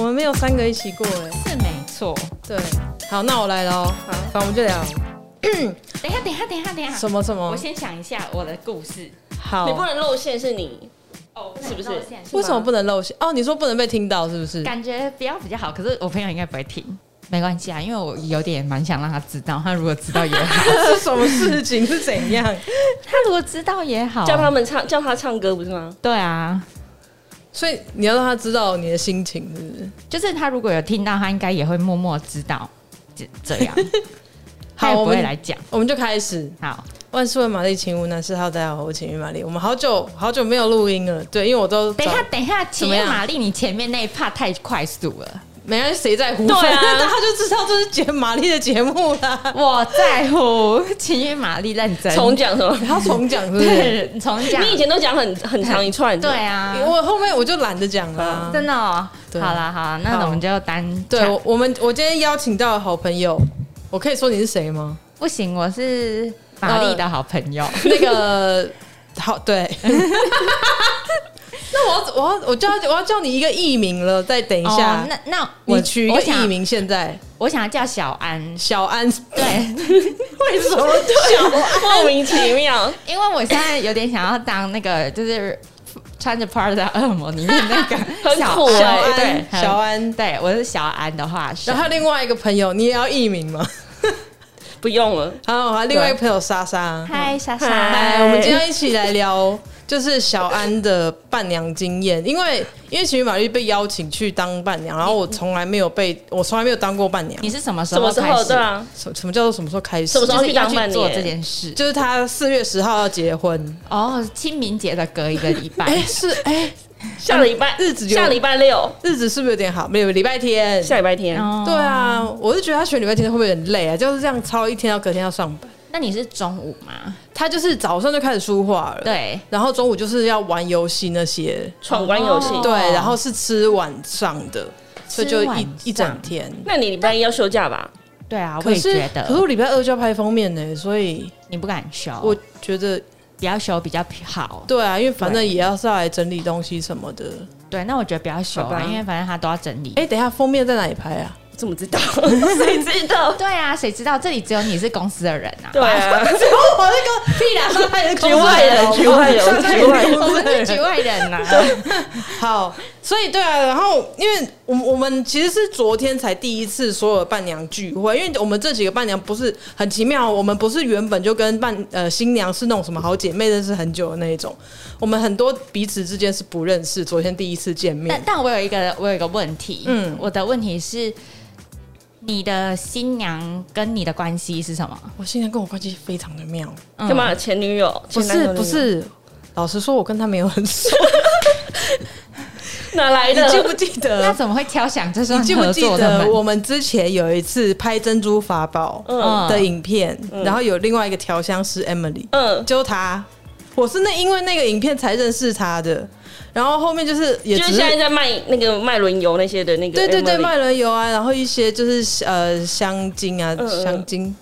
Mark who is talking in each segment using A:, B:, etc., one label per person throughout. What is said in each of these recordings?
A: 们没有三个一起过哎。
B: 是没错。
A: 对，好，那我来喽。好，反正我们就聊
B: 等一下，等一下，等一下，等一下，
A: 什么什么
B: 我。先想一下我的故事。
A: 好
C: 你，不能露馅是你，
B: 哦，
C: 是不是
A: 为什么不能露馅？哦，你说不能被听到是不是？
B: 感觉比较比较好？可是我朋友应该不会听。没关系啊，因为我有点蛮想让他知道，他如果知道也好，
A: 是什么事情？是怎样？
B: 他如果知道也好。
C: 叫他们唱，叫他唱歌不是吗？
B: 对啊，
A: 所以你要让他知道你的心情，是不是？
B: 就是他如果有听到，他应该也会默默知道，这这 样，他
A: 好，
B: 也不
A: 我
B: 会
A: 们
B: 来讲。
A: 我们就开始。
B: 好，
A: 万事问玛丽，请勿难事好。大家好，我请玉玛丽。我们好久好久没有录音了，对，因为我都
B: 等一下，
A: 找，
B: 等一下，请
A: 么
B: 问
A: 样
B: 玛丽，你前面那一 part 太快速了，
A: 没关系，谁在乎？
B: 对 啊
A: 大家就知道这是节玛丽的节目 啦。
B: 我在乎， 请问玛丽认真
C: 重讲什么？
A: 然后重讲是不是？
B: 对重讲，
C: 你以前都讲很很长一串，
B: 对，啊，
A: 我后面我就懒得讲了啊、
B: 真的哦。
A: 对
B: 好啦好啦，那
A: 好
B: 我们就单
A: 对，
B: 讲
A: 我我们我今天邀请到的好朋友，我可以说你是谁吗？
B: 不行，我是玛丽的好朋友。
A: 那个好，对。 那我要我要我叫他我要叫你一个艺名了，再等一下，
B: 哦那那我
A: 你取一
B: 我
A: 个
B: 想哦
A: 艺名，现在
B: 我想要叫小安。
A: 小安，
B: 对，
A: 为什么
C: 莫名其妙。
B: 因为我现在有点想要当那个，就是穿着 Prada 恶魔里面那个
C: 很
B: 小
C: 酷
B: 安
A: 小
C: 欸
A: 安
B: 对，，很
A: 小安。
B: 对，我是小安的化身
A: 啊然。后另外一个朋友，你也要艺名吗？
C: 不用了，
A: 好，还有另外一个朋友莎莎，
B: 嗨，莎莎，
C: 嗨
A: 来，我们今天一起来聊，就是小安的伴娘经验，因为因为其实玛丽被邀请去当伴娘，然后我从来没有被，我从来没有当过伴娘
B: 你。是什么时
C: 什
B: 候
C: 么时
B: 开
C: 候？
B: 始？
C: 对啊，
A: 什么什么叫做什么时候开始？
C: 什么时
B: 就
C: 候
B: 是要去
C: 当伴
B: 做
C: 娘
B: 这件事。
A: 就是他四月十号要结婚。
B: 哦，清明节的隔一个礼拜。
A: 哎、是哎、
C: 下礼拜
A: 日子就
C: 下礼拜六，
A: 日子是不是有点好？没有，礼拜天。
C: 下礼拜天，
B: 哦
A: 对，啊，我是觉得他选礼拜天会不会有点累啊？就是这样超一天，到隔天要上班。
B: 那你是中午吗？
A: 他就是早上就开始梳化了，
B: 对，
A: 然后中午就是要玩游戏那些，
C: 闯关游戏。
B: 哦
A: 对，然后是吃晚上的，所以就
B: 吃晚
A: 一
B: 上
A: 一整天。
C: 那你礼拜一要休假吧？
B: 对啊，我
A: 可
B: 也
A: 是
B: 觉，
A: 可是
B: 得哦
A: 我礼拜二就要拍封面呢，所以
B: 你不敢休，
A: 我觉得
B: 不要休比较好。
A: 对啊，因为反正也要上来整理东西什么的。
B: 对，那我觉得不要休
C: 好
B: 啊，
C: 吧
B: 因为反正他都要整理。
A: 哎、等一下封面在哪里拍啊？
C: 怎么知道？谁知道？
B: 对啊，谁知道这里只有你是公司的人啊？
C: 对 啊，
A: 我那个屁啦，他也是
C: 局外人， 局外人，局外人。
B: 我们是局外人啊呐、
A: 好，所以对啊，然后因为我们我们其实是昨天才第一次所有的伴娘聚会，因为我们这几个伴娘不是很奇妙，我们不是原本就跟伴呃新娘是那种什么好姐妹认识很久的那一种，我们很多彼此之间是不认识，昨天第一次见面
B: 但，但我有一个我有一个问题，嗯
A: 嗯，
B: 我的问题是，你的新娘跟你的关系是什么？
A: 我新娘跟我关系非常的妙，
B: 嗯
C: 干嘛？前女友？
A: 不
C: 前男友
A: 是
C: 女友
A: 不，是，老实说，我跟她没有很熟，
C: 哪来
A: 你记
C: 的？
A: 不记
B: 那
A: 得？
B: 怎么会挑想这双
A: 你记不
B: 合
A: 记
B: 作的
A: 得
B: 门？
A: 我们之前有一次拍珍珠法宝？
C: 嗯
A: 的影片，然后有另外一个调香师 Emily，
C: 嗯，
A: 就她，我是那因为那个影片才认识她的，然后后面就是也
C: 就
A: 只
C: 是
A: 是
C: 现在在卖那个卖轮油那些的那个，
A: 对对对，卖轮油啊，然后一些就是呃香精啊、
C: 嗯嗯
A: 香精、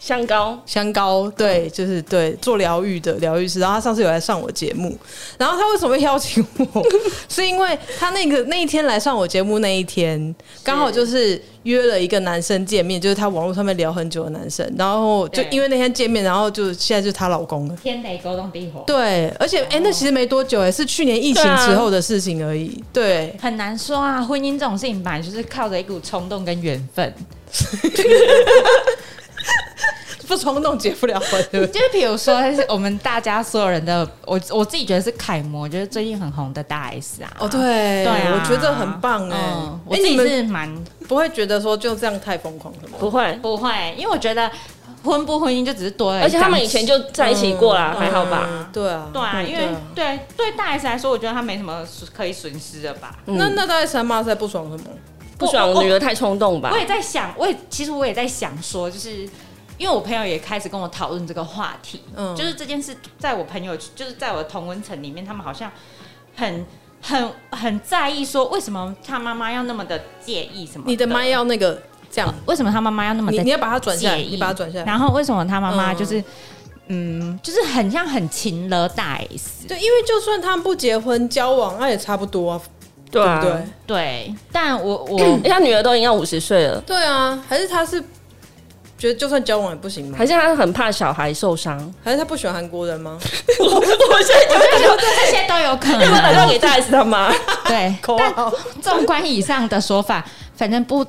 C: 香膏。
A: 香膏，对，就是对做疗愈的疗愈师。然后她上次有来上我节目，然后她为什么会邀请我？ 是因为她那个那一天来上我节目那一天，刚好就是约了一个男生见面，就是她网络上面聊很久的男生，然后就
B: 对
A: 因为那天见面，然后就现在就是她老公了。
B: 天雷勾动地火，
A: 对，而且哎、诶那其实没多久哎、诶是去年疫情之后的事情而已。对，
B: 很难说啊。婚姻这种事情本来就是靠着一股冲动跟缘分，
A: 不冲动结不了婚，对不对？
B: 就是比如说，我们大家所有人的，我我自己觉得是楷模，就是最近很红的大 S 啊。
A: 哦，对，
B: 对啊，
A: 我觉得很棒哎、诶
B: 嗯我
A: 诶
B: 自
A: 你
B: 己
A: 们
B: 是蛮
A: 不会觉得说就这样太疯狂是吗？
C: 不会，
B: 不会，因为我觉得婚不婚姻就只是多了一张
C: 而哎且他们以前就在一起过啦，
A: 嗯
C: 还好吧？
A: 嗯对啊，
B: 对啊，
A: 嗯
B: 因为对对大 S 来说，我觉得他没什么可以损失的吧。
A: 嗯那那大概三骂在不哦爽什么？
C: 嗯不爽
B: 我我
C: 女儿太冲动吧
B: 我？也在想，我也其实我也在想说，就是因为我朋友也开始跟我讨论这个话题，
A: 嗯
B: 就是这件事，在我朋友就是在我的同温层里面，他们好像很很很在意说，为什么他妈妈要那么的介意什么？
A: 你的麦要那个这样，
B: 为什么他妈妈要那么
A: 你
B: 的
A: 你要把它转下来，
B: 介意
A: 你把它转下来。
B: 然后为什么他妈妈
A: 嗯
B: 就是嗯就是很像很勤了大 S，
A: 对，因为就算他们不结婚交往，那也差不多啊。
C: 对
A: 对不
C: 啊，
A: 对？
B: 对，但我 我
C: 嗯诶他女儿都已经要五十岁了，
A: 对啊，还是他是觉得就算交往也不行吗？
C: 还是他很怕小孩 受伤？
A: 还是他不喜欢韩国人吗？
C: 我我现在就在想，
B: 这些都有可
C: 要不要打电
B: 能。
C: 话给大 S 他妈？
B: 对，但纵观以上的说法，反正不。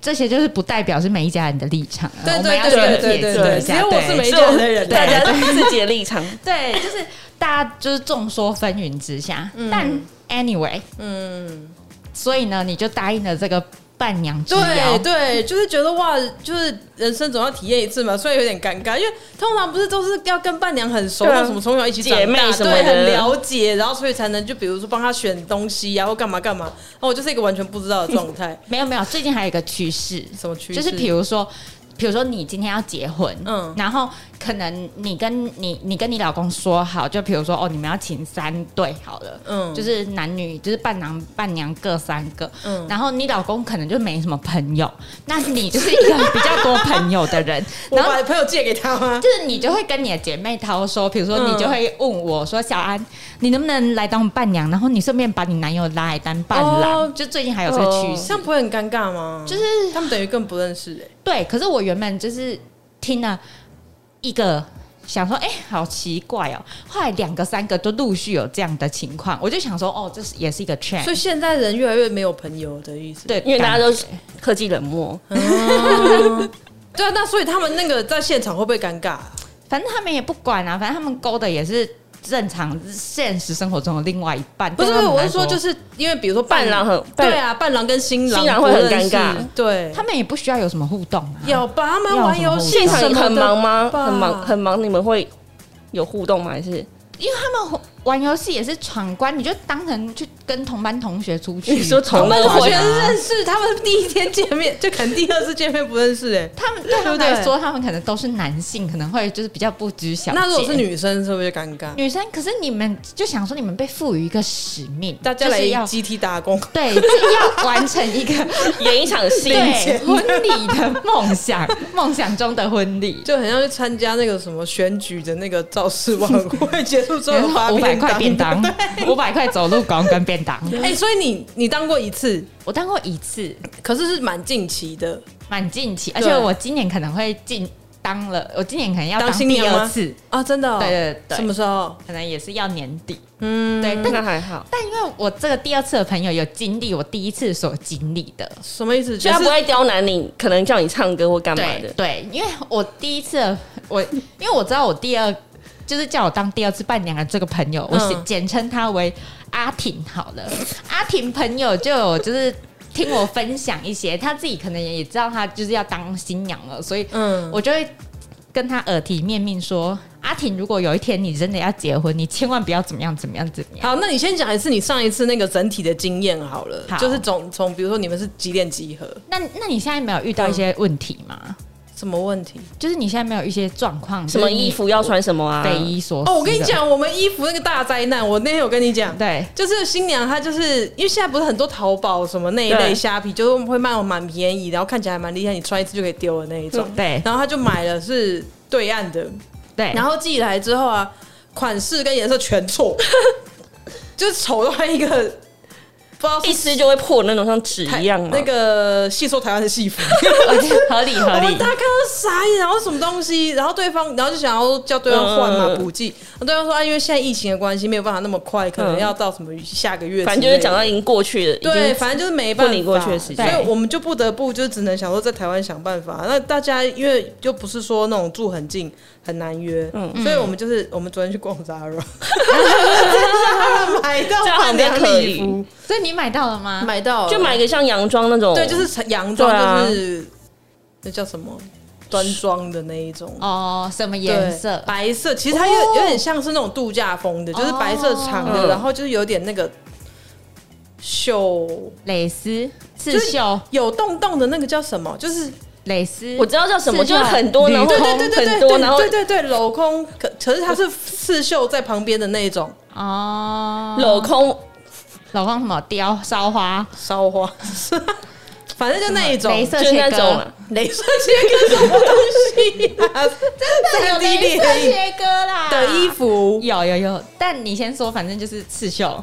B: 这些就是不代表是每一家人的立场啊，
A: 对
B: 我们
A: 对
B: 要
A: 对
B: 先
A: 对对
B: 撇清
A: 对
B: 一
A: 对，只
B: 下
A: 有我
B: 对
A: 是没家的人，
C: 大家自己的 立场。
B: 对，就是大家就是众说纷纭之下，但 anyway，
A: 嗯，
B: 所以呢，你就答应了这个伴娘之
A: 对
B: 邀，
A: 对，就是觉得哇，就是人生总要体验一次嘛，虽然有点尴尬，因为通常不是都是要跟伴娘很熟，
C: 对啊
A: 或什么从小一起长
C: 姐妹
A: 大，
C: 什么
A: 对，
C: 的
A: 很了解，然后所以才能就比如说帮她选东西啊呀、或干嘛干嘛。然后我就是一个完全不知道的状态，
B: 没有没有，最近还有一个趋势，
A: 什么趋
B: 就
A: 势？
B: 是比如说，比如说你今天要结婚，
A: 嗯
B: 嗯，然后可能你跟你你跟你老公说好，就比如说哦，你们要请三对好了，
A: 嗯
B: 嗯，就是男女就是伴郎伴娘各三个，
A: 嗯
B: 嗯，然后你老公可能就没什么朋友，那你就是一个比较多朋友的人，
A: 我
B: 然后
A: 把朋友借给他吗？
B: 就是你就会跟你的姐妹掏说，比如说你就会问我说：“小安，你能不能来当伴娘？然后你顺便把你男友拉来当伴郎。
A: 哦
B: 就最近还有这个趋
A: 这
B: 势，
A: 样不会很尴尬吗？
B: 就是
A: 他们等于更不认识哎、
B: 对。可是我原本就是听了一个。想说，哎、好奇怪哦！后来两个、三个都陆续有这样的情况，我就想说，哦，这是也是一个 trend，
A: 所以现在人越来越没有朋友的意思。
B: 对，
C: 因为大家都
B: 感觉
C: 科技冷漠，
A: 嗯对啊，那所以他们那个在现场会不会尴尬、啊？
B: 反正他们也不管啊，反正他们勾的也是正常现实生活中的另外一半。
A: 不是，
B: 对
A: 不
B: 他
A: 是，
B: 们
A: 我
B: 来
A: 是说，就是因为比如说
C: 伴郎很伴
A: 对啊，伴郎跟新郎
C: 新郎会很
A: 不认识
C: 尴尬，
A: 对，
B: 他们也不需要有什么互动啊。
A: 要吧，他们玩游戏
C: 现场
A: 什么的
C: 很忙吗？
A: 吧
C: 很忙，很忙，你们会有互动吗？ 还是
B: 因为他们玩游戏也是闯关，你就当成去跟同班同学出去。
C: 你说同
A: 同班同学啊
C: 同班
A: 认识，他们第一天见面 就可能第二次见面不认识哎、
B: 他们对他
A: 对不
B: 们
A: 对
B: 来说，他们可能都是男性，可能会就是比较不拘小节。
A: 那如果是女生，是不是就尴尬？
B: 女生，可是你们就想说，你们被赋予一个使命，
A: 大家
B: 就是
A: 来
B: 要
A: 集体打工，
B: 对，就是要完成一个
C: 演一场戏？
B: 对婚礼的梦想，梦想中的婚礼。
A: 就很像去参加那个什么选举的那个造势晚会结束之后 发
B: 五百块便
A: 便
B: 当，五百块走路光跟便当。
A: 哎、所以你你当过一次，
B: 我当过一次，
A: 可是是蛮近期的，
B: 蛮近期，而
A: 对
B: 且我今年可能会进当了，我今年可能要
A: 当新
B: 第
A: 娘吗
B: 二次。
A: 啊，真的哦、
B: 对对对
A: 什么时候？
B: 可能也是要年底。
A: 嗯，
B: 对，但
C: 那还好，
B: 但因为我这个第二次的朋友有经历我第一次所经历的，
A: 什么意思？就
C: 所以他
A: 是
C: 不会刁难你，可能叫你唱歌或干嘛
B: 对
C: 的。
B: 对，因为我第一次的我，因为我知道我第二就是叫我当第二次伴娘的这个朋友，我
A: 嗯
B: 简简称他为阿婷好了。阿婷朋友就有就是。听我分享一些，他自己可能也知道他就是要当新娘了，所以
A: 嗯，
B: 我就会跟他耳提面命说：“阿婷，如果有一天你真的要结婚，你千万不要怎么样怎么样怎么样。
A: 好，那你先讲一次你上一次那个整体的经验好了，
B: 好
A: 就是从从比如说你们是几点集合，
B: 那”那你现在没有遇到一些问题吗？
A: 什么问题？
B: 就是你现在没有一些状况，
C: 什么衣服要穿什么啊？
B: 匪夷所思。
A: 哦，我跟你，讲，我们衣服那个大灾难，我那天有跟你讲。
B: 对
A: 就是新娘，她就是因为现在不是很多淘宝什么那一类
C: 对
A: 虾皮，就是会卖我蛮便宜，然后看起来还蛮厉害，你穿一次就可以丢的那一种。
B: 对
A: 然后她就买了是对岸的，
B: 对，
A: 然
B: 后
A: 后寄来之后啊，款式跟颜色全错，就是丑到一个不知道
C: 一
A: 是
C: 撕就会破那种像纸
A: 台
C: 一样嘛。啊
A: 那 个戏说台湾的戏服，
B: 合理合
A: 我们
B: 理
A: 大，家看到傻眼，然后什么东西，然后对方，然后就想要叫对方换嘛
C: 嗯
A: 补寄，然后对方说啊，因为现在疫情的关系，没有办法那么快，可能
C: 嗯
A: 要到什么下个月之类的，
C: 反正就是讲到已经过去了，已经
A: 对，反正就是没办
C: 不
A: 法
C: 理过去的
A: 所
C: 时间
A: 以我们就不得不就只能想说在台湾想办法。那大家因为就不是说那种住很近很难约，所以我们就是我们昨天去逛 Zara，在 Zara 买到
C: 这
A: 伴
C: 样好
A: 娘
C: 像比较可
A: 礼
C: 以
A: 服，
B: 所以你买到了吗？
A: 买到了
C: 就买一个像洋装那种，
A: 对，就是洋装，
C: 对啊
A: 就是那叫什么端庄的那一种。
B: 哦，什么
A: 对
B: 颜色？
A: 白色，其实它有
B: 哦
A: 有点像是那种度假风的，就是白色长的，
C: 哦
A: 然后就是有点那个袖
B: 蕾丝、刺
A: 就是
B: 绣、
A: 有洞洞的那个叫什么？就是
B: 蕾丝。
C: 我知道叫什么，
B: 是
C: 就
B: 吧
C: 是很多，
B: 女
C: 然后
B: 对
A: 对对对对
C: 嗯很
A: 对
C: 多，然后
A: 对对对镂空，可可是它是刺绣在旁边的那一种
B: 哦，
C: 镂空
B: 镂空什么雕烧花，
A: 烧花， 反正就那一种
B: 蕾丝
C: 就是那种啊
B: 割，
A: 镭射切割什么东西啊？三 D
B: 蕾
A: 列
B: 丝切割啦
A: 的衣服
B: 有有有，但你先说，反正就是刺绣，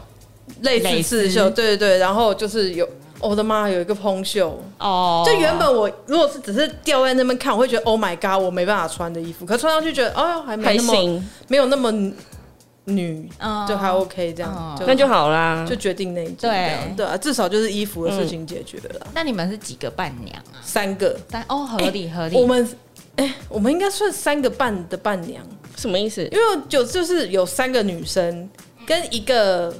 A: 类似刺
B: 蕾
A: 绣，
B: 丝
A: 对对对，然后就是有。我的妈，有一个蓬袖，
B: 哦，
A: 就原本我如果是只是吊在那边看，我会觉得 Oh my God，我没办法穿的衣服，可穿上去觉得哦，还没
C: 还
A: 那么
C: 行，
A: 没有那么女，
B: 嗯
A: 就还 OK 这
B: 嗯
A: 样，
C: 哦那就好啦
A: 就。决定那一件
B: 对
A: 这样对啊，至少就是衣服的事情解决了啦，
B: 那你们是几个伴娘啊？
A: 三个，
C: 嗯
B: 但哦，合理合理。
A: 我们哎、我们应该算三个伴的伴娘，
C: 什么意思？
A: 因为就就是有三个女生跟一个，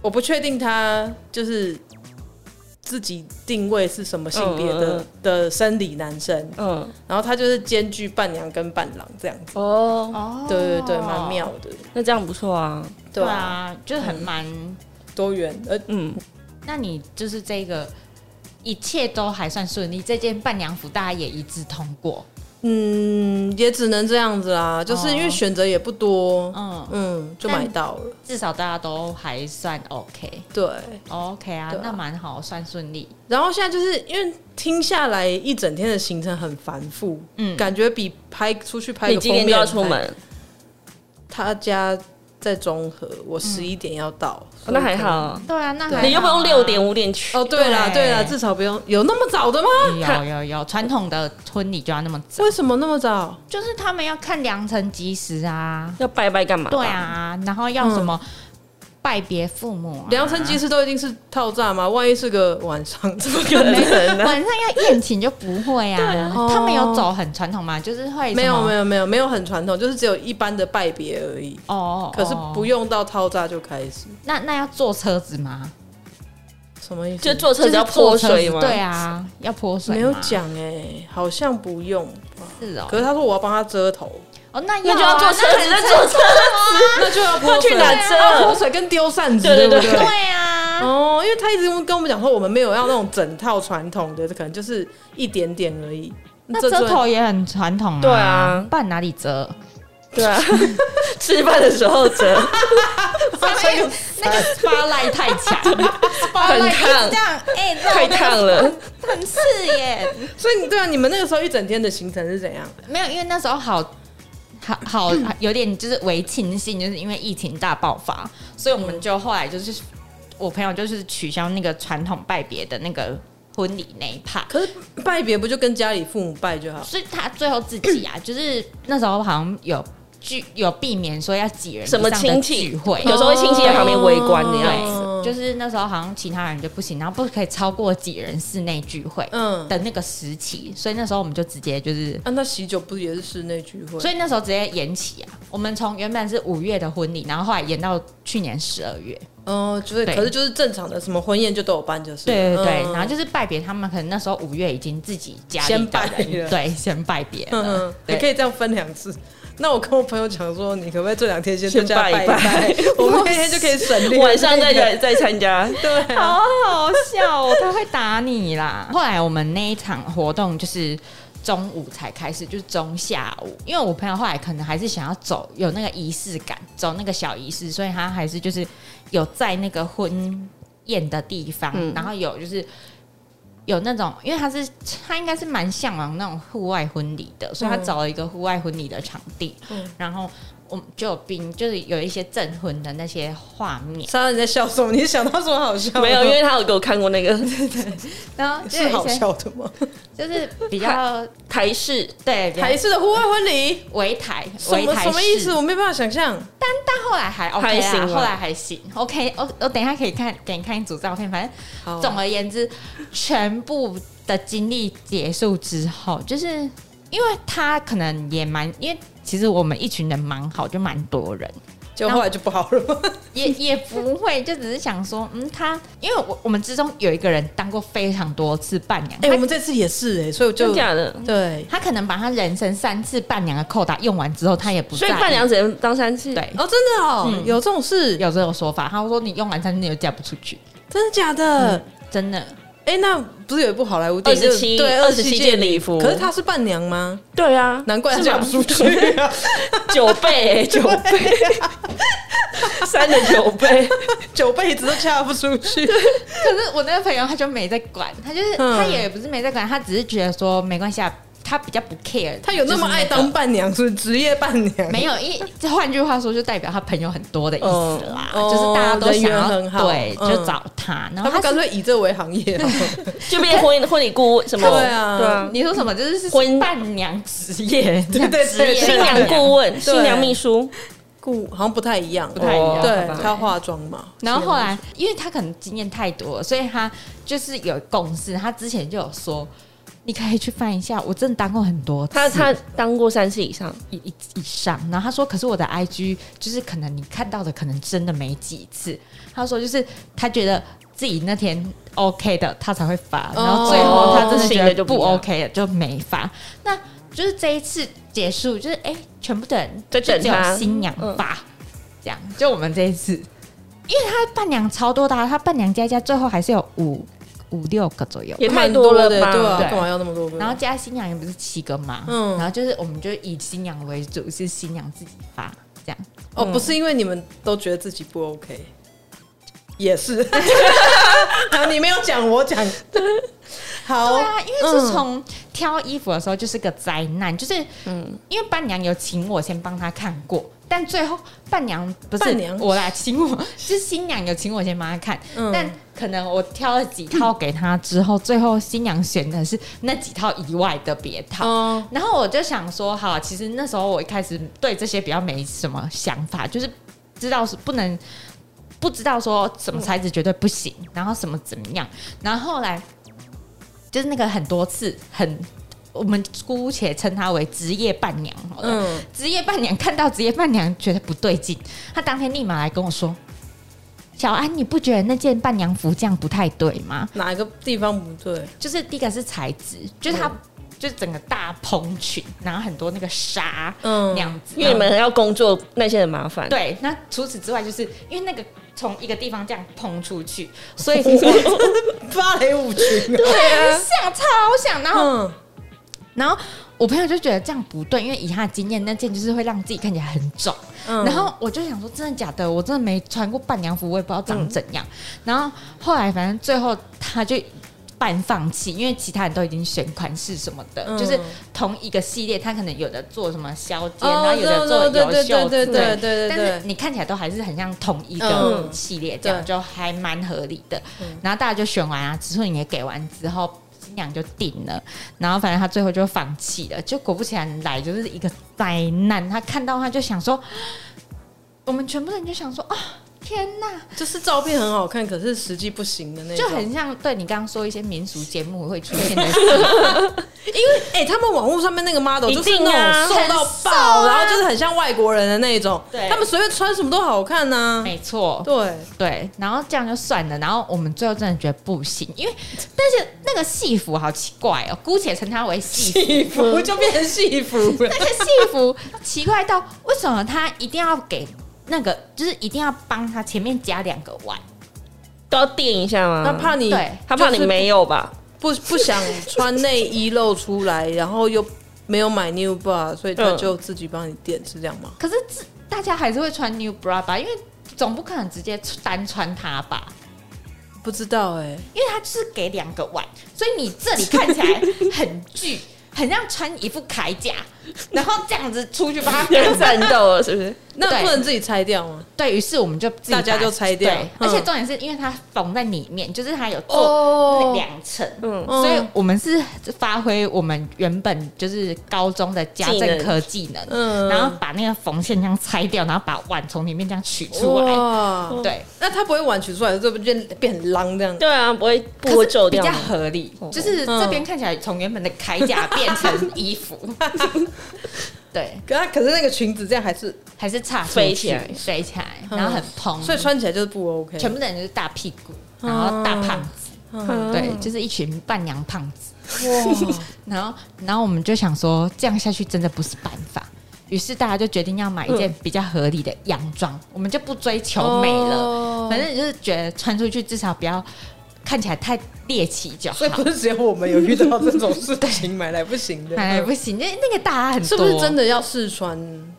A: 我不确定她就是自己定位是什么性别的、
C: 嗯嗯嗯
A: 的生理男生，
C: 嗯，
A: 然后他就是兼具伴娘跟伴郎这样子，
C: 哦，
B: 哦
A: 对对对，蛮妙的，
C: 那这样不错啊。
B: 对
A: 对啊，嗯
B: 啊，就是很蛮。
A: 多元，呃，
C: 嗯，
B: 那你就是这个，一切都还算顺利，这件伴娘服大家也一致通过。
A: 嗯，也只能这样子啦，就是因为选择也不多，
B: 嗯，
A: 嗯，就买到了，
B: 至少大家都还算 OK。
A: 对。
B: OK 啊，
A: 对啊
B: 那蛮好，算顺利。
A: 然后现在就是因为听下来一整天的行程很繁复，
B: 嗯，
A: 感觉比拍出去拍
C: 你
A: 个
C: 几
A: 封面
C: 点就要出门？
A: 还？他家在中和，
B: 嗯
A: 我十一点要到，
C: 哦那还
A: 所以
C: 好，
B: 对啊，那
A: 对
B: 还
C: 你又不
B: 好
C: 用
B: 啊
C: 六点五点去
A: 可能。。哦，对啦，
B: 对
A: 对啦，至少不用有那么早的吗？
C: 嗯
B: 有有有，传统的婚礼就要那么早，
A: 为什么那么早？
B: 就是他们要看良辰吉时啊，
C: 要拜拜干嘛？
B: 对，啊，然后要什么拜别父母、啊，
A: 良辰 吉时都一定是套炸吗？万一是个晚上，怎么可
C: 没
A: 能？
C: 人啊。
B: 晚上要宴请就不会啊。
A: 哦
B: 他们有走很传统嘛，就是会
A: 没有没
B: 有
A: 有没有没有很传统，就是只有一般的拜别而已。
B: 哦，
A: 可是不
B: 用
A: 用到套炸就开始，
B: 那那要坐车子吗？
A: 什么意思？
C: 就坐车
B: 就
C: 只
B: 是
C: 要
B: 坐
C: 泼
B: 车子
C: 水吗？
B: 对，啊，要泼水
A: 没
B: 吗
A: 有讲哎、好像不用。
B: 是哦
A: 可，是他说我要帮他遮头，
B: 哦那
C: 那
B: 要
C: 就要
B: 做
C: 坐车子，再坐车。
A: 那就要
C: 他
A: 泼
C: 去
A: 水。
C: 哪
A: 他
C: 遮
A: 泼？水跟丢扇子，
C: 对对
A: 对
C: 对
A: 不对？
B: 对啊，
A: 哦，因为他一直跟我们讲说，我们没有要那种整套传统的，可能就是一点点而已。
B: 那
A: 这
B: 遮
A: 尊
B: 头也很传统啊，
C: 对啊
B: 不然哪里 遮？
C: 对 啊，吃饭的时候折，
B: 那个那个 spotlight 太强
C: 很
B: ，spotlight 就
C: 烫
B: 是这样，哎，那
C: 太
B: 我那个
C: 烫了。
B: 很刺耶。
A: 所以你对啊，你们那个时候一整天的行程是怎样？
B: 没有，因为那时候好。好好，有点就是为庆幸，就是因为疫情大爆发，所以我们就后来就是我朋友就是取消那个传统拜别的那个婚礼那一 part，
A: 可是拜别不就跟家里父母拜就好？
B: 所以他最后自己啊，就是那时候好像有聚有避免说要几人
C: 什么
B: 以上的
C: 亲戚
B: 聚会，哦
C: 有时候会亲戚在旁边围观的样子。
A: 哦
B: 对，就是那时候好像其他人就不行，然后不可以超过几人室内聚会
A: 嗯，
B: 的那个时期，所以那时候我们就直接就是，
A: 啊，那喜酒不也是室内聚会？
B: 所以那时候直接延期啊。我们从原本是五月的婚礼，然后后来延到去年十二月。
A: 哦，就是，
B: 对
A: 可是就是正常的什么婚宴就都有办，就是
B: 对对对，
A: 嗯
B: 然后就是拜别他们，可能那时候五月已经自己家里
A: 先
B: 的
A: 拜
B: 人
A: 了
B: 对，先拜别
A: 嗯
C: 呃
B: 了
A: 嗯，，
B: 对
A: 你可以这样分两次。那我跟我朋友讲说，你可不可以这两天先在
C: 先
A: 家
C: 拜
A: 拜
C: 一
A: 一
C: 拜
A: 拜？ 我们那天就可以省略
C: 晚上再
A: 那个
C: 再再参加，
A: 对啊，
B: 好好笑哦，他会打你啦。 后来我们那一场活动就是中午才开始，就是中下午，因为我朋友后来可能还是想要走有那个仪式感，走那个小仪式，所以他还是就是有在那个婚宴的地方，
C: 嗯
B: 然后有就是。有那种，因为他是他应该是蛮向往那种户外婚礼的，所以他
A: 嗯
B: 找了一个户外婚礼的场地，
A: 嗯
B: 然后我们就有并就是有一些证婚的那些画面，
A: 莎莎你在笑什么？你想到什么好笑的？
C: 没有，因为他有给我看过那个
B: 然后就是有一
A: 好
B: 些
A: 笑的吗？
B: 就是 比较
C: 台式，
B: 对比较
A: 台式的户外婚礼，
B: 围台，
A: 什
B: 围
A: 么
B: 台
A: 什么意
B: 式
A: 思？我没办法想象。
B: 但后来还 OK
C: 还行
B: 啦，
C: 啊
B: 后来还行 OK。我我等一下可以看给你看一组照片，反正
A: 好
C: 啊
B: 总而言之，全部的经历结束之后，就是因为他可能也蛮，因为其实我们一群人蛮好，就蛮多人。
A: 就后来就不好了吗？
B: 也也不会，就只是想说，嗯，他因为我我们之中有一个人当过非常多次伴娘，
A: 哎，我们这次也是哎，所以我
C: 真
A: 就
C: 假的？
A: 对。
B: 他可能把他人生三次伴娘的扣打用完之后，他也不
C: 所以
B: 在意
C: 伴娘只能当三次，
B: 对
A: 哦，真的哦，
B: 嗯
A: 有这种事，
B: 有这种说法，他说你用完餐你就嫁不出去，
A: 真的假的？
B: 真的。
A: 哎，那不是有一部好莱坞电影就
C: 27
A: 对
C: 27
A: 件
C: 件礼服
A: 可是她是伴娘吗？
C: 对啊，
A: 难怪她
C: 是
A: 嫁
C: 吧
A: 不出去啊，
C: 九倍欸九倍， 三的九倍，
A: 九辈子都嫁不出去。
B: 可是我那个朋友他就没在管，他就是、
A: 嗯
B: 他也不是没在管，他只是觉得说没关系啊，他比较不 care，
A: 他有那么爱
B: 就是个
A: 当伴娘，是职业伴娘，
B: 没有，一这换句话说，就代表他朋友很多的意思啦，
A: 嗯
B: 就是大家都想要
A: 哦人缘很好
B: 对，
A: 嗯
B: 就找他。然
A: 他
B: 后
A: 们
B: 他
A: 干
B: 是
A: 脆以这为行业好了。
C: 就变成婚婚礼顾问什么？
A: 对啊
C: 对啊，
B: 你说什么？就是是
C: 婚
B: 伴娘 职业，
A: 对对
B: 职业
C: 新
B: 伴
C: 娘顾问、
A: 对
C: 新娘秘书，
A: 顾好像不太一样，
B: 不太一样
A: 哦
B: 好吧
A: 对，他化妆嘛。
B: 然后后来，因为他可能经验太多了，所以他就是有共识。他之前就有说，你可以去翻一下，我真的当过很多次
C: 她她当过三次以上，
B: 以以以上。然后他说，可是我的 IG 就是可能你看到的，可能真的没几次。他说，就是他觉得自己那天 OK 的，他才会发，然后最后
C: 哦
B: 他真的觉得不 OK 的就没发。那就是这一次结束，就是哎、全部的人
C: 在
B: 就
C: 等
B: 只有
C: 他
B: 新娘
C: 嗯
B: 发，这样就我们这一次。因为他伴娘超多的啊、他伴娘加一加最后还是有五五六个左右，
C: 也太
A: 蛮
C: 多
A: 了
C: 了
A: 的，
C: 吧？
A: 对啊，
B: 对
A: 干嘛要那么多个？
B: 然后加新娘也不是七个嘛，
A: 嗯
B: 嗯，然后就是我们就以新娘为主，是新娘自己发这样，
A: 哦，不是因为你们都觉得自己不 OK，也 是。好，你没有讲，我讲。好哦
B: 对，啊，因为自从挑衣服的时候就是个灾难，就是嗯，因为伴娘有请我先帮她看过，但最后伴娘不是
A: 伴娘
B: 我啦，请我就是新娘有请我先帮她看，
A: 嗯
B: 但可能我挑了几套给她之后，最后新娘选的是那几套以外的别套。
A: 嗯，
B: 然后我就想说，好，其实那时候我一开始对这些比较没什么想法，就是知道是不能不知道说什么材质绝对不行，然后什么怎么样，然后后来就是那个很多次很。我们姑且称她为职业伴娘好了。
A: 嗯
B: 职业伴娘看到职业伴娘觉得不对劲，她当天立马来跟我说：“小安，你不觉得那件伴娘服这样不太对吗？”
A: 哪一个地方不对？
B: 就是第一个是材质，就是
C: 嗯
B: 它、就是整个大蓬裙，然后很多那个纱
A: 嗯
B: 那样子，
C: 因为你们要工作那些很麻烦，
B: 对。那除此之外，就是因为那个从一个地方这样蓬出去，所以对
A: 芭蕾舞群啊。
B: 啊，想超想，然后
A: 嗯，
B: 然后我朋友就觉得这样不对，因为以他的经验，那件就是会让自己看起来很肿。
A: 嗯
B: 然后我就想说，真的假的？我真的没穿过伴娘服，我也不知道长怎
A: 嗯
B: 样。然后后来反正最后他就半放弃，因为其他人都已经选款式什么的，
A: 嗯
B: 就是同一个系列，他可能有的做什么削肩，
A: 哦
B: 然后有的做
A: 对
B: 有
A: 对
B: 袖
A: 对对
B: 子，
A: 对对对
B: 但
A: 对
B: 是你看起来都还是很像同一个
A: 嗯
B: 系列，这样
A: 对嗯
B: 就还蛮合理的。然后大家就选完啊，尺寸也给完之后。新娘就定了，然后反正她最后就放弃了，就果不其然来就是一个灾难。她看到她就想说，我们全部人就想说啊，天哪，
A: 就是照片很好看，可是实际不行的那
B: 就
A: 种。
B: 很像对你刚刚说一些民俗节目会出现的
A: 哎、他们网络上面那个 model
C: 一
A: 就是
C: 定啊
A: 那种瘦到
B: 很瘦
A: 爆，
B: 啊
A: 然后就是很像外国人的那一种，
C: 对
A: 他们随便穿什么都好看呐、
B: 没错，
A: 对，
B: 对，然后这样就算了，然后我们最后真的觉得不行，因为但是那个戏服好奇怪哦，姑且称它为戏服，
A: 戏 服就变成戏服了。
B: 那个戏服奇怪到为什么他一定要给那个，就是一定要帮他前面加两个碗，
C: 都要垫一下
A: 他
C: 吗？
A: 怕你，
B: 对
C: 他怕你没有 吧？
A: 不不想穿内衣露出来，然后又没有买 new bra，所以他
C: 嗯
A: 就自己帮你垫，是这样吗？
B: 可是这大家还是会穿 new bra 吧，因为总不可能直接单穿它吧。
A: 不知道哎、
B: 因为它就是给两个碗，所以你这里看起来很巨， 很像穿一副铠甲，然后这样子出去把 它赶
C: 要战斗了是不是？
A: 那
B: 对
A: 不能自己拆掉吗？
B: 对于是，我们就自己把
A: 大家就拆掉
B: 对
A: 嗯
B: 而且重点是因为它缝在里面，就是它有做
A: 哦，
B: 两层。
C: 嗯，
A: 嗯
B: 所以我们是发挥我们原本就是高中的家政科技能，
A: 嗯
B: 然后把那个缝线这样拆掉，然后把碗从里面这样取出来，
A: 哇，
B: 对，
A: 那他不会完全出来，这不就变很狼这样？
C: 对啊，不会不会
B: 可是
C: 皱
B: 比
C: 掉
B: 较
C: 吗。
B: 合理
C: 哦，
B: 就是这边看起来从原本的铠甲变成衣服， 对，
A: 可他可是那个裙子这样还是，
B: 还是差出去
C: 飞起来
B: 飞起来，
A: 嗯
B: 然后很蓬，
A: 所以穿起来就是不 OK。
B: 全部的人就是大屁股，然后大胖子，
A: 嗯
B: 对，就是一群伴娘胖子。
A: 哇，
B: 然后，然后我们就想说，这样下去真的不是办法。于是大家就决定要买一
A: 嗯
B: 件比较合理的洋装，我们就不追求美了，
A: 哦
B: 反正就是觉得穿出去至少不要看起来太猎奇 就
A: 所以
B: 好。
A: 不是只有我们有遇到这种事情，买来不行的，
B: 哎，不行，那那个大家很多，
A: 嗯是不是真的要试穿？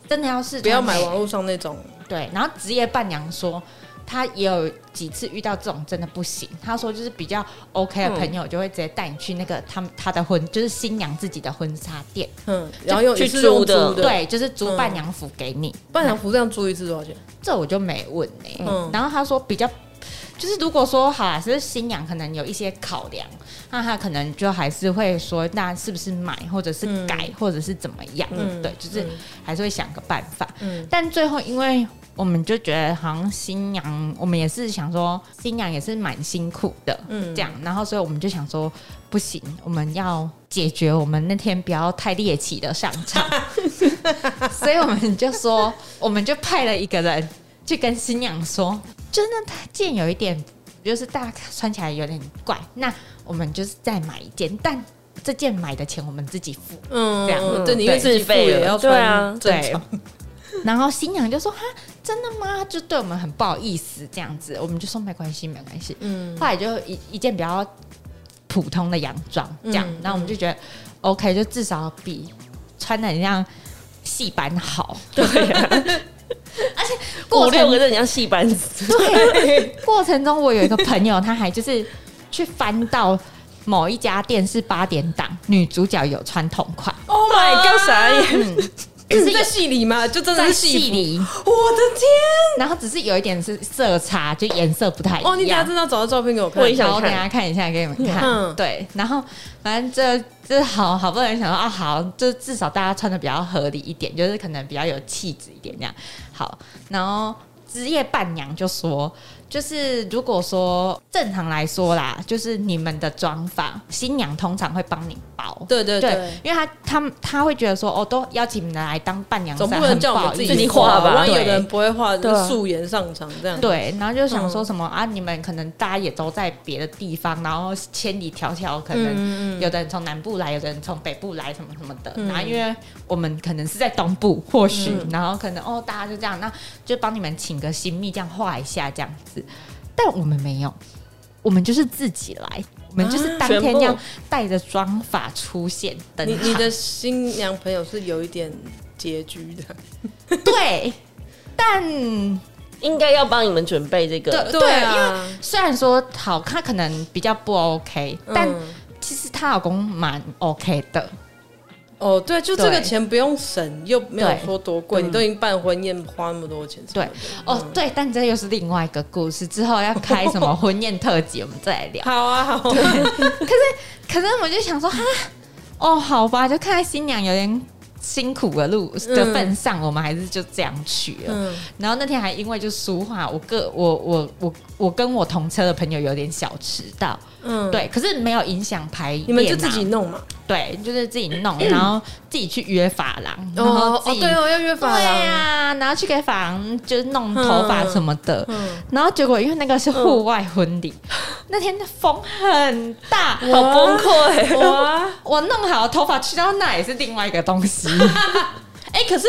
B: 真的要是
A: 不要买网络上那种，
B: 对，然后职业伴娘说。他也有几次遇到这种真的不行。他说就是比较 OK 的朋
A: 嗯
B: 友就会直接带你去那个他们他的婚就是新娘自己的婚纱店，
A: 嗯，然后又
C: 去
A: 一次用
C: 租的
A: 租的，，嗯
B: 对，就是租伴娘服给你。
A: 伴娘服这样租一次多少钱？
B: 这我就没问呢、
A: 嗯
B: 然后他说比较，就是如果说好啦，只是新娘可能有一些考量，那他可能就还是会说，那是不是买，或者是改，或者是怎么样？
A: 嗯
B: 对，就是还是会想个办法。
A: 嗯
B: 但最后，因为我们就觉得好像新娘，我们也是想说新娘也是蛮辛苦的，
A: 嗯
B: 嗯，这样，然后所以我们就想说不行，我们要解决我们那天不要太猎奇的上 场，所以我们就说，我们就派了一个人去跟新娘说，真的她见有一点，就是大家穿起来有点怪，那我们就是再买一件，但这件买的钱我们自己付。
A: 嗯
B: 这样
A: 对，你跟
C: 对
A: 媳妇也要
C: 自费了对啊
A: 穿正常，
B: 然后新娘就说：“哈，真的吗？”就对我们很不好意思这样子，我们就说没关系，没关系。
A: 嗯
B: 后来就一一件比较普通的洋装这样
A: 嗯，
B: 然后我们就觉得 OK，就至少比穿的很像戏班好。
C: 对啊，
B: 过
C: 五六
B: 程
C: 个人像戏班子，
B: 过程中，我有一个朋友，他还就是去翻到某一家店是八点档，女主角有穿同款，
C: ，Oh
B: 啊
C: my god，傻眼，
A: 是嗯哦在戏里吗？就真的
B: 在
A: 是
B: 戏
A: 戏，
B: 里，
A: 我的天！
B: 然后只是有一点是色差，就颜色不太一样。
A: 哦，你等下真的要找到照片给我看
C: 我。也想
B: 好，我等一
C: 看
B: 下看一下给你们看。
A: 嗯
B: 对，然后反正这这好好不容易想说啊，好，就至少大家穿的比较合理一点，就是可能比较有气质一点这样。好，然后职业伴娘就说。就是如果说正常来说啦，就是你们的妆发，新娘通常会帮你包，
A: 对对
B: 对，
A: 对，
B: 因为她他们她会觉得说，哦，都邀请你们来当伴娘，
A: 总不
B: 实在
A: 能
B: 很
A: 叫我
B: 不
A: 们
B: 好
A: 自
B: 意
A: 己
B: 思
C: 自己画吧
A: 万一有
B: 对
A: 人不会画，
C: 对啊
A: 素颜上场这样。
B: 对，然后就想
A: 嗯
B: 说什么、啊，你们可能大家也都在别的地方，然后千里迢迢，可
A: 嗯
B: 能有的人从南部来，有的人从北部来，什么什么的。
A: 嗯
B: 然后因为我们可能是在东部，或许，然后可能哦，大家就这样，那就帮你们请个新密这样画一下这样子。但我们没有，我们就是自己来，我们就是当
C: 全
B: 天这样
C: 部
B: 带着妆法出现登
A: 啊你
B: 场。
A: 你的新娘朋友是有一点拮据的，
B: 对，但
C: 应该要帮你们准备这个，
B: 对对，啊因为虽然说好，他可能比较不 OK，、但
A: 嗯
B: 其实她老公蛮 OK 的，
A: 哦，对，嗯就这个
B: 对
A: 钱不用省，又没有
B: 对
A: 说多贵，你都已经办婚宴花那么多钱，
B: 对，哦，对，但这又是另外一个故事，之后要开什么婚宴特辑，我们再来聊。
A: 好啊好啊，
B: 可是我就想说，哈，哦，好吧，就看在新娘有点辛苦的路的份上，我们还是就这样去了。
A: 嗯
B: 然后那天还因为就俗话，我个我我我我跟我同车的朋友有点小迟到，
A: 嗯，
B: 对，可是没有影响排练啊、
A: 你们 就自己弄嘛，
B: 对，就是自己 弄，然后自己去约发廊，然后
A: 哦
B: 自
A: 哦
B: 己
A: 对哦，要约法
B: 对
A: 郎，
B: 啊，然后去给房就是弄头发什么的，
A: 嗯，
B: 然后结果因为那个是户外婚礼， 那天的风很大，
C: 好哦崩 溃，
A: 哇，
B: 我弄好头发去到那也是另外一个 东西，
A: 哎，可是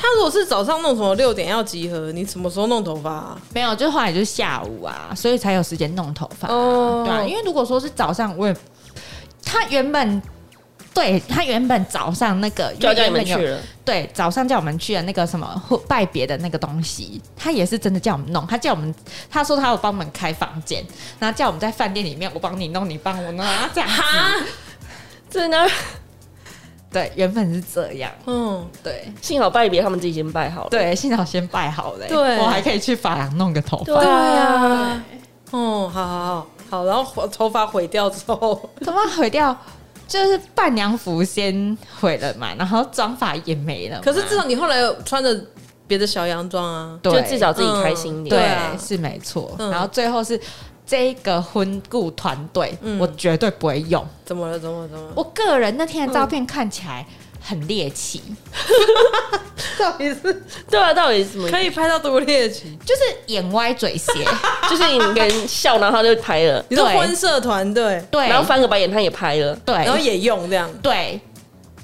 A: 他如果是早上弄什么六点要集合，你什么时候弄头发啊？
B: 没有，就后来就是下午啊，所以才有时间弄头发、
A: 哦
B: 对啊，因为如果说是早上，我也他原本。对他原本早上那个，
C: 就要叫你们去
B: 因为原本有
C: 了，
B: 对，早上叫我们去的那个什么户拜别的那个东西，他也是真的叫我们弄，他叫我们，他说他有帮我们开房间，然后叫我们在饭店里面，我帮你弄，你帮我弄，啊这样子。
C: 在那儿
B: 对，原本是这样，
A: 嗯，
B: 对
C: 幸好拜别他们自己先拜好了，
B: 对，幸好先拜好嘞、
A: 对
B: 我还可以去发廊弄个头
C: 对
B: 发，
C: 啊，
A: 哦，好好好好，然后头发毁掉之后，
B: 头发毁掉，就是伴娘服先毁了嘛，然后妆发也没了嘛，
A: 可是至少你后来有穿着别的小洋装啊，
B: 对嗯
C: 就至少自己开心一
B: 对，
A: 对
C: 点，
A: 啊
B: 是没错。
A: 嗯
B: 然后最后是这个婚顾团队，
A: 嗯
B: 我绝对不会用。
A: 怎么了？怎么了？怎么了？
B: 我个人那天的
A: 嗯
B: 照片看起来很猎奇，
A: 到底是
C: 对啊，到底是什么？
A: 可以拍到多猎奇？
B: 就是眼歪 嘴斜，
C: 就是你跟笑，然后他就拍了，
A: 你说
B: 对
A: 婚社团对，
B: 对，
C: 然后翻个白眼，他也拍了，
B: 对，
A: 然后也用这样，
B: 对。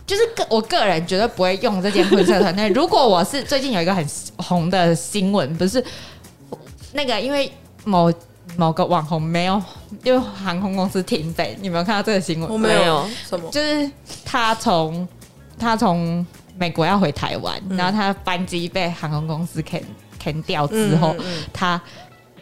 B: 就是个我个人绝对不会用这件婚 社团队。如果我是最近有一个很红的新闻，不是那个因为某某个网红没有，因为航空公司停飞，你有没有看到这个新闻？
A: 我
C: 没
A: 有
C: 有
A: 什么，
B: 就是他从他从美国要回
A: 嗯
B: 台湾，然后他班机被航空公司 can can 掉之后，
A: 嗯嗯嗯
B: 他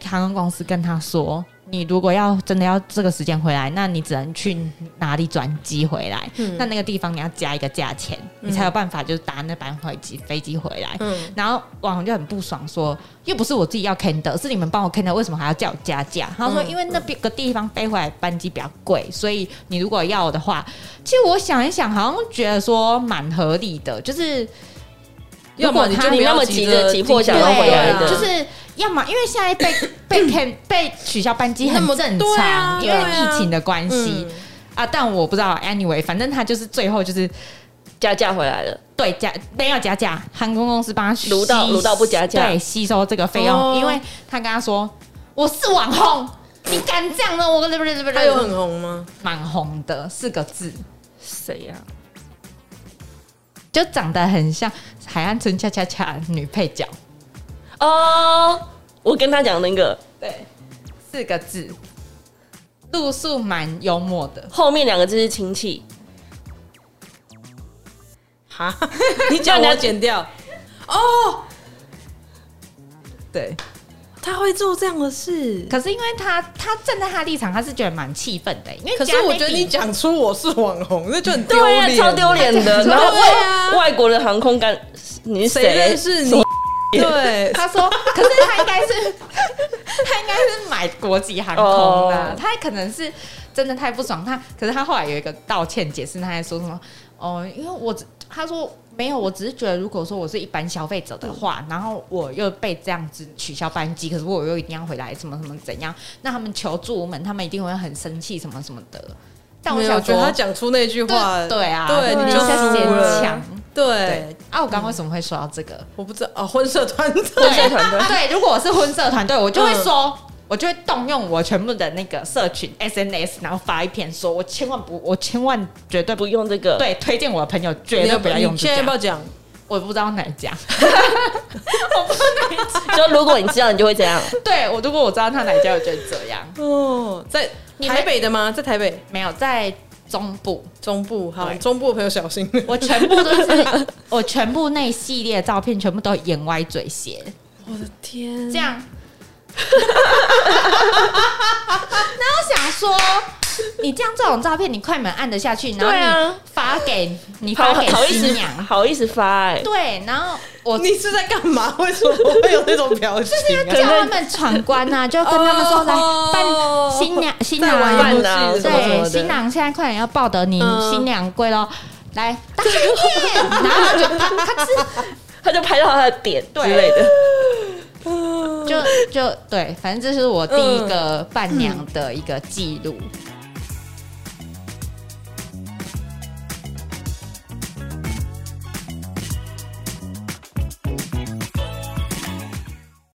B: 航空公司跟他说，你如果要真的要这个时间回来，那你只能去哪里转机回来，
A: 嗯
B: 那那个地方你要加一个价钱，你才有办法就是搭那班飞机飞机回来。
A: 嗯
B: 然后网红就很不爽说，又不是我自己要 can 的，是你们帮我 can 的，为什么还要叫我加价？他说，
A: 嗯
B: 因为那边个地方飞回来班机比较贵，所以你如果要的话，其实我想一想，好像觉得说蛮合理的，就是
A: 要
B: 如果
A: 么你
B: 他
A: 就
B: 没
A: 不要
C: 那么
A: 急
C: 急
A: 着
C: 着急迫想
A: 对
C: 要
A: 啊
C: 回来的
B: 就是要么因为现在 被被 can 被取消班机很
A: 那么
B: 正
A: 对
B: 常，
A: 啊
B: 因为
A: 对啊
B: 疫情的关系
A: 嗯
B: 啊但我不知道，anyway，反正他就是最后就是
C: 加价回来了，
B: 对加没有加价，航空公司帮他吸
C: 撸到撸到不加价
B: 对，吸收这个费用，
A: 哦
B: 因为他跟他说我是网红，你敢这样呢？我不不不不，
A: 他有很红吗？
B: 蛮红的四个字，
C: 谁呀、
B: 就长得很像《海岸村恰恰恰》女配角，
C: 哦，我跟他讲那个，
B: 对，四个字，路数蛮幽默的。
C: 后面两个字是亲戚，
A: 哈， 你叫人家剪掉哦，
B: 对，
A: 他会做这样的事。
B: 可是因为他他站在他的立场，他是觉得蛮气愤的， 因为
A: 可是
B: 加
A: 我
B: 勒比
A: 觉得你讲出我是网红，那就很丢
C: 对呀、啊
A: 脸，
C: 超丢脸 的。然后
A: 对啊
C: 外外国的航空干，你是
A: 谁
C: 谁
A: 认？识
C: 什
A: 你
C: 么？
A: 对，
B: 他说，可是他应该是 他应该是买国际航空的啊
C: 哦，
B: 他可能是真的太不爽他。可是他后来有一个道歉解释，他还说什么哦，因为我只他说没有，我只是觉得如果说我是一般消费者的
A: 嗯
B: 话，然后我又被这样子取消班机，可是我又一定要回来，什么什么怎样，那他们求助我们，他们一定会很生气，什么什么的。但我
A: 没有
B: 想
A: 觉
B: 说
A: 得，他讲出那句话，
B: 对对啊，
A: 对，
C: 啊
A: 你
B: 你
A: 就
B: 在
A: 输
B: 先
A: 了
B: 抢。。
A: 对
B: 对，啊，我刚刚为什么会说到这个？
A: 我不知道啊， 婚社团嗯
B: 对
A: 体，
C: 社团队
B: 对，如果我是婚社团队，我就会说。我就会动用我全部的那个社群 SNS，然后发一篇说，我千万不，我千万绝对不
C: 不用这个，
B: 对推荐我的朋友，绝
A: 你
B: 对
A: 要
B: 不要用
A: 你
B: 这
A: 现在要不
B: 家
A: 要。讲？
B: 我不知道哪一家，
C: 就如果你知道，你就会这样。
B: 对我如果我知道他哪一家，我就会这样。
A: 哦，在
B: 你们
A: 台北的吗？在台北
B: 没有在中部，
A: 中部，好，
B: 对
A: 中部的朋友小心。
B: 我全部都 是我全部那一系列照片全部都眼歪嘴斜，
A: 我的天，
B: 这 样。然后想说，你这样这种照片，你快门按得下去，然
C: 对
B: 后
C: 啊
B: 你发给 你
C: 好
B: 发给
C: 好意
B: 新
C: 思
B: 娘，
C: 好意思发哎、
B: 对，然后我
A: 你是在干嘛？为什么会有那种表情啊？
B: 叫他们闯关啊，就跟他们说来
A: 哦
B: 办新娘新
A: 在玩
B: 郎
A: 游，
C: 伴郎
A: 戏什么什
B: 啊对，
A: 么
B: 新
A: 的。
B: 郎现在快点要抱得你
A: 嗯
B: 新娘跪喽，来大家念，然后他就他他是
C: 他就拍到他的点之
B: 对
C: 类的。
A: 嗯
B: 就就对，反正这是我第一个伴娘的一个记录。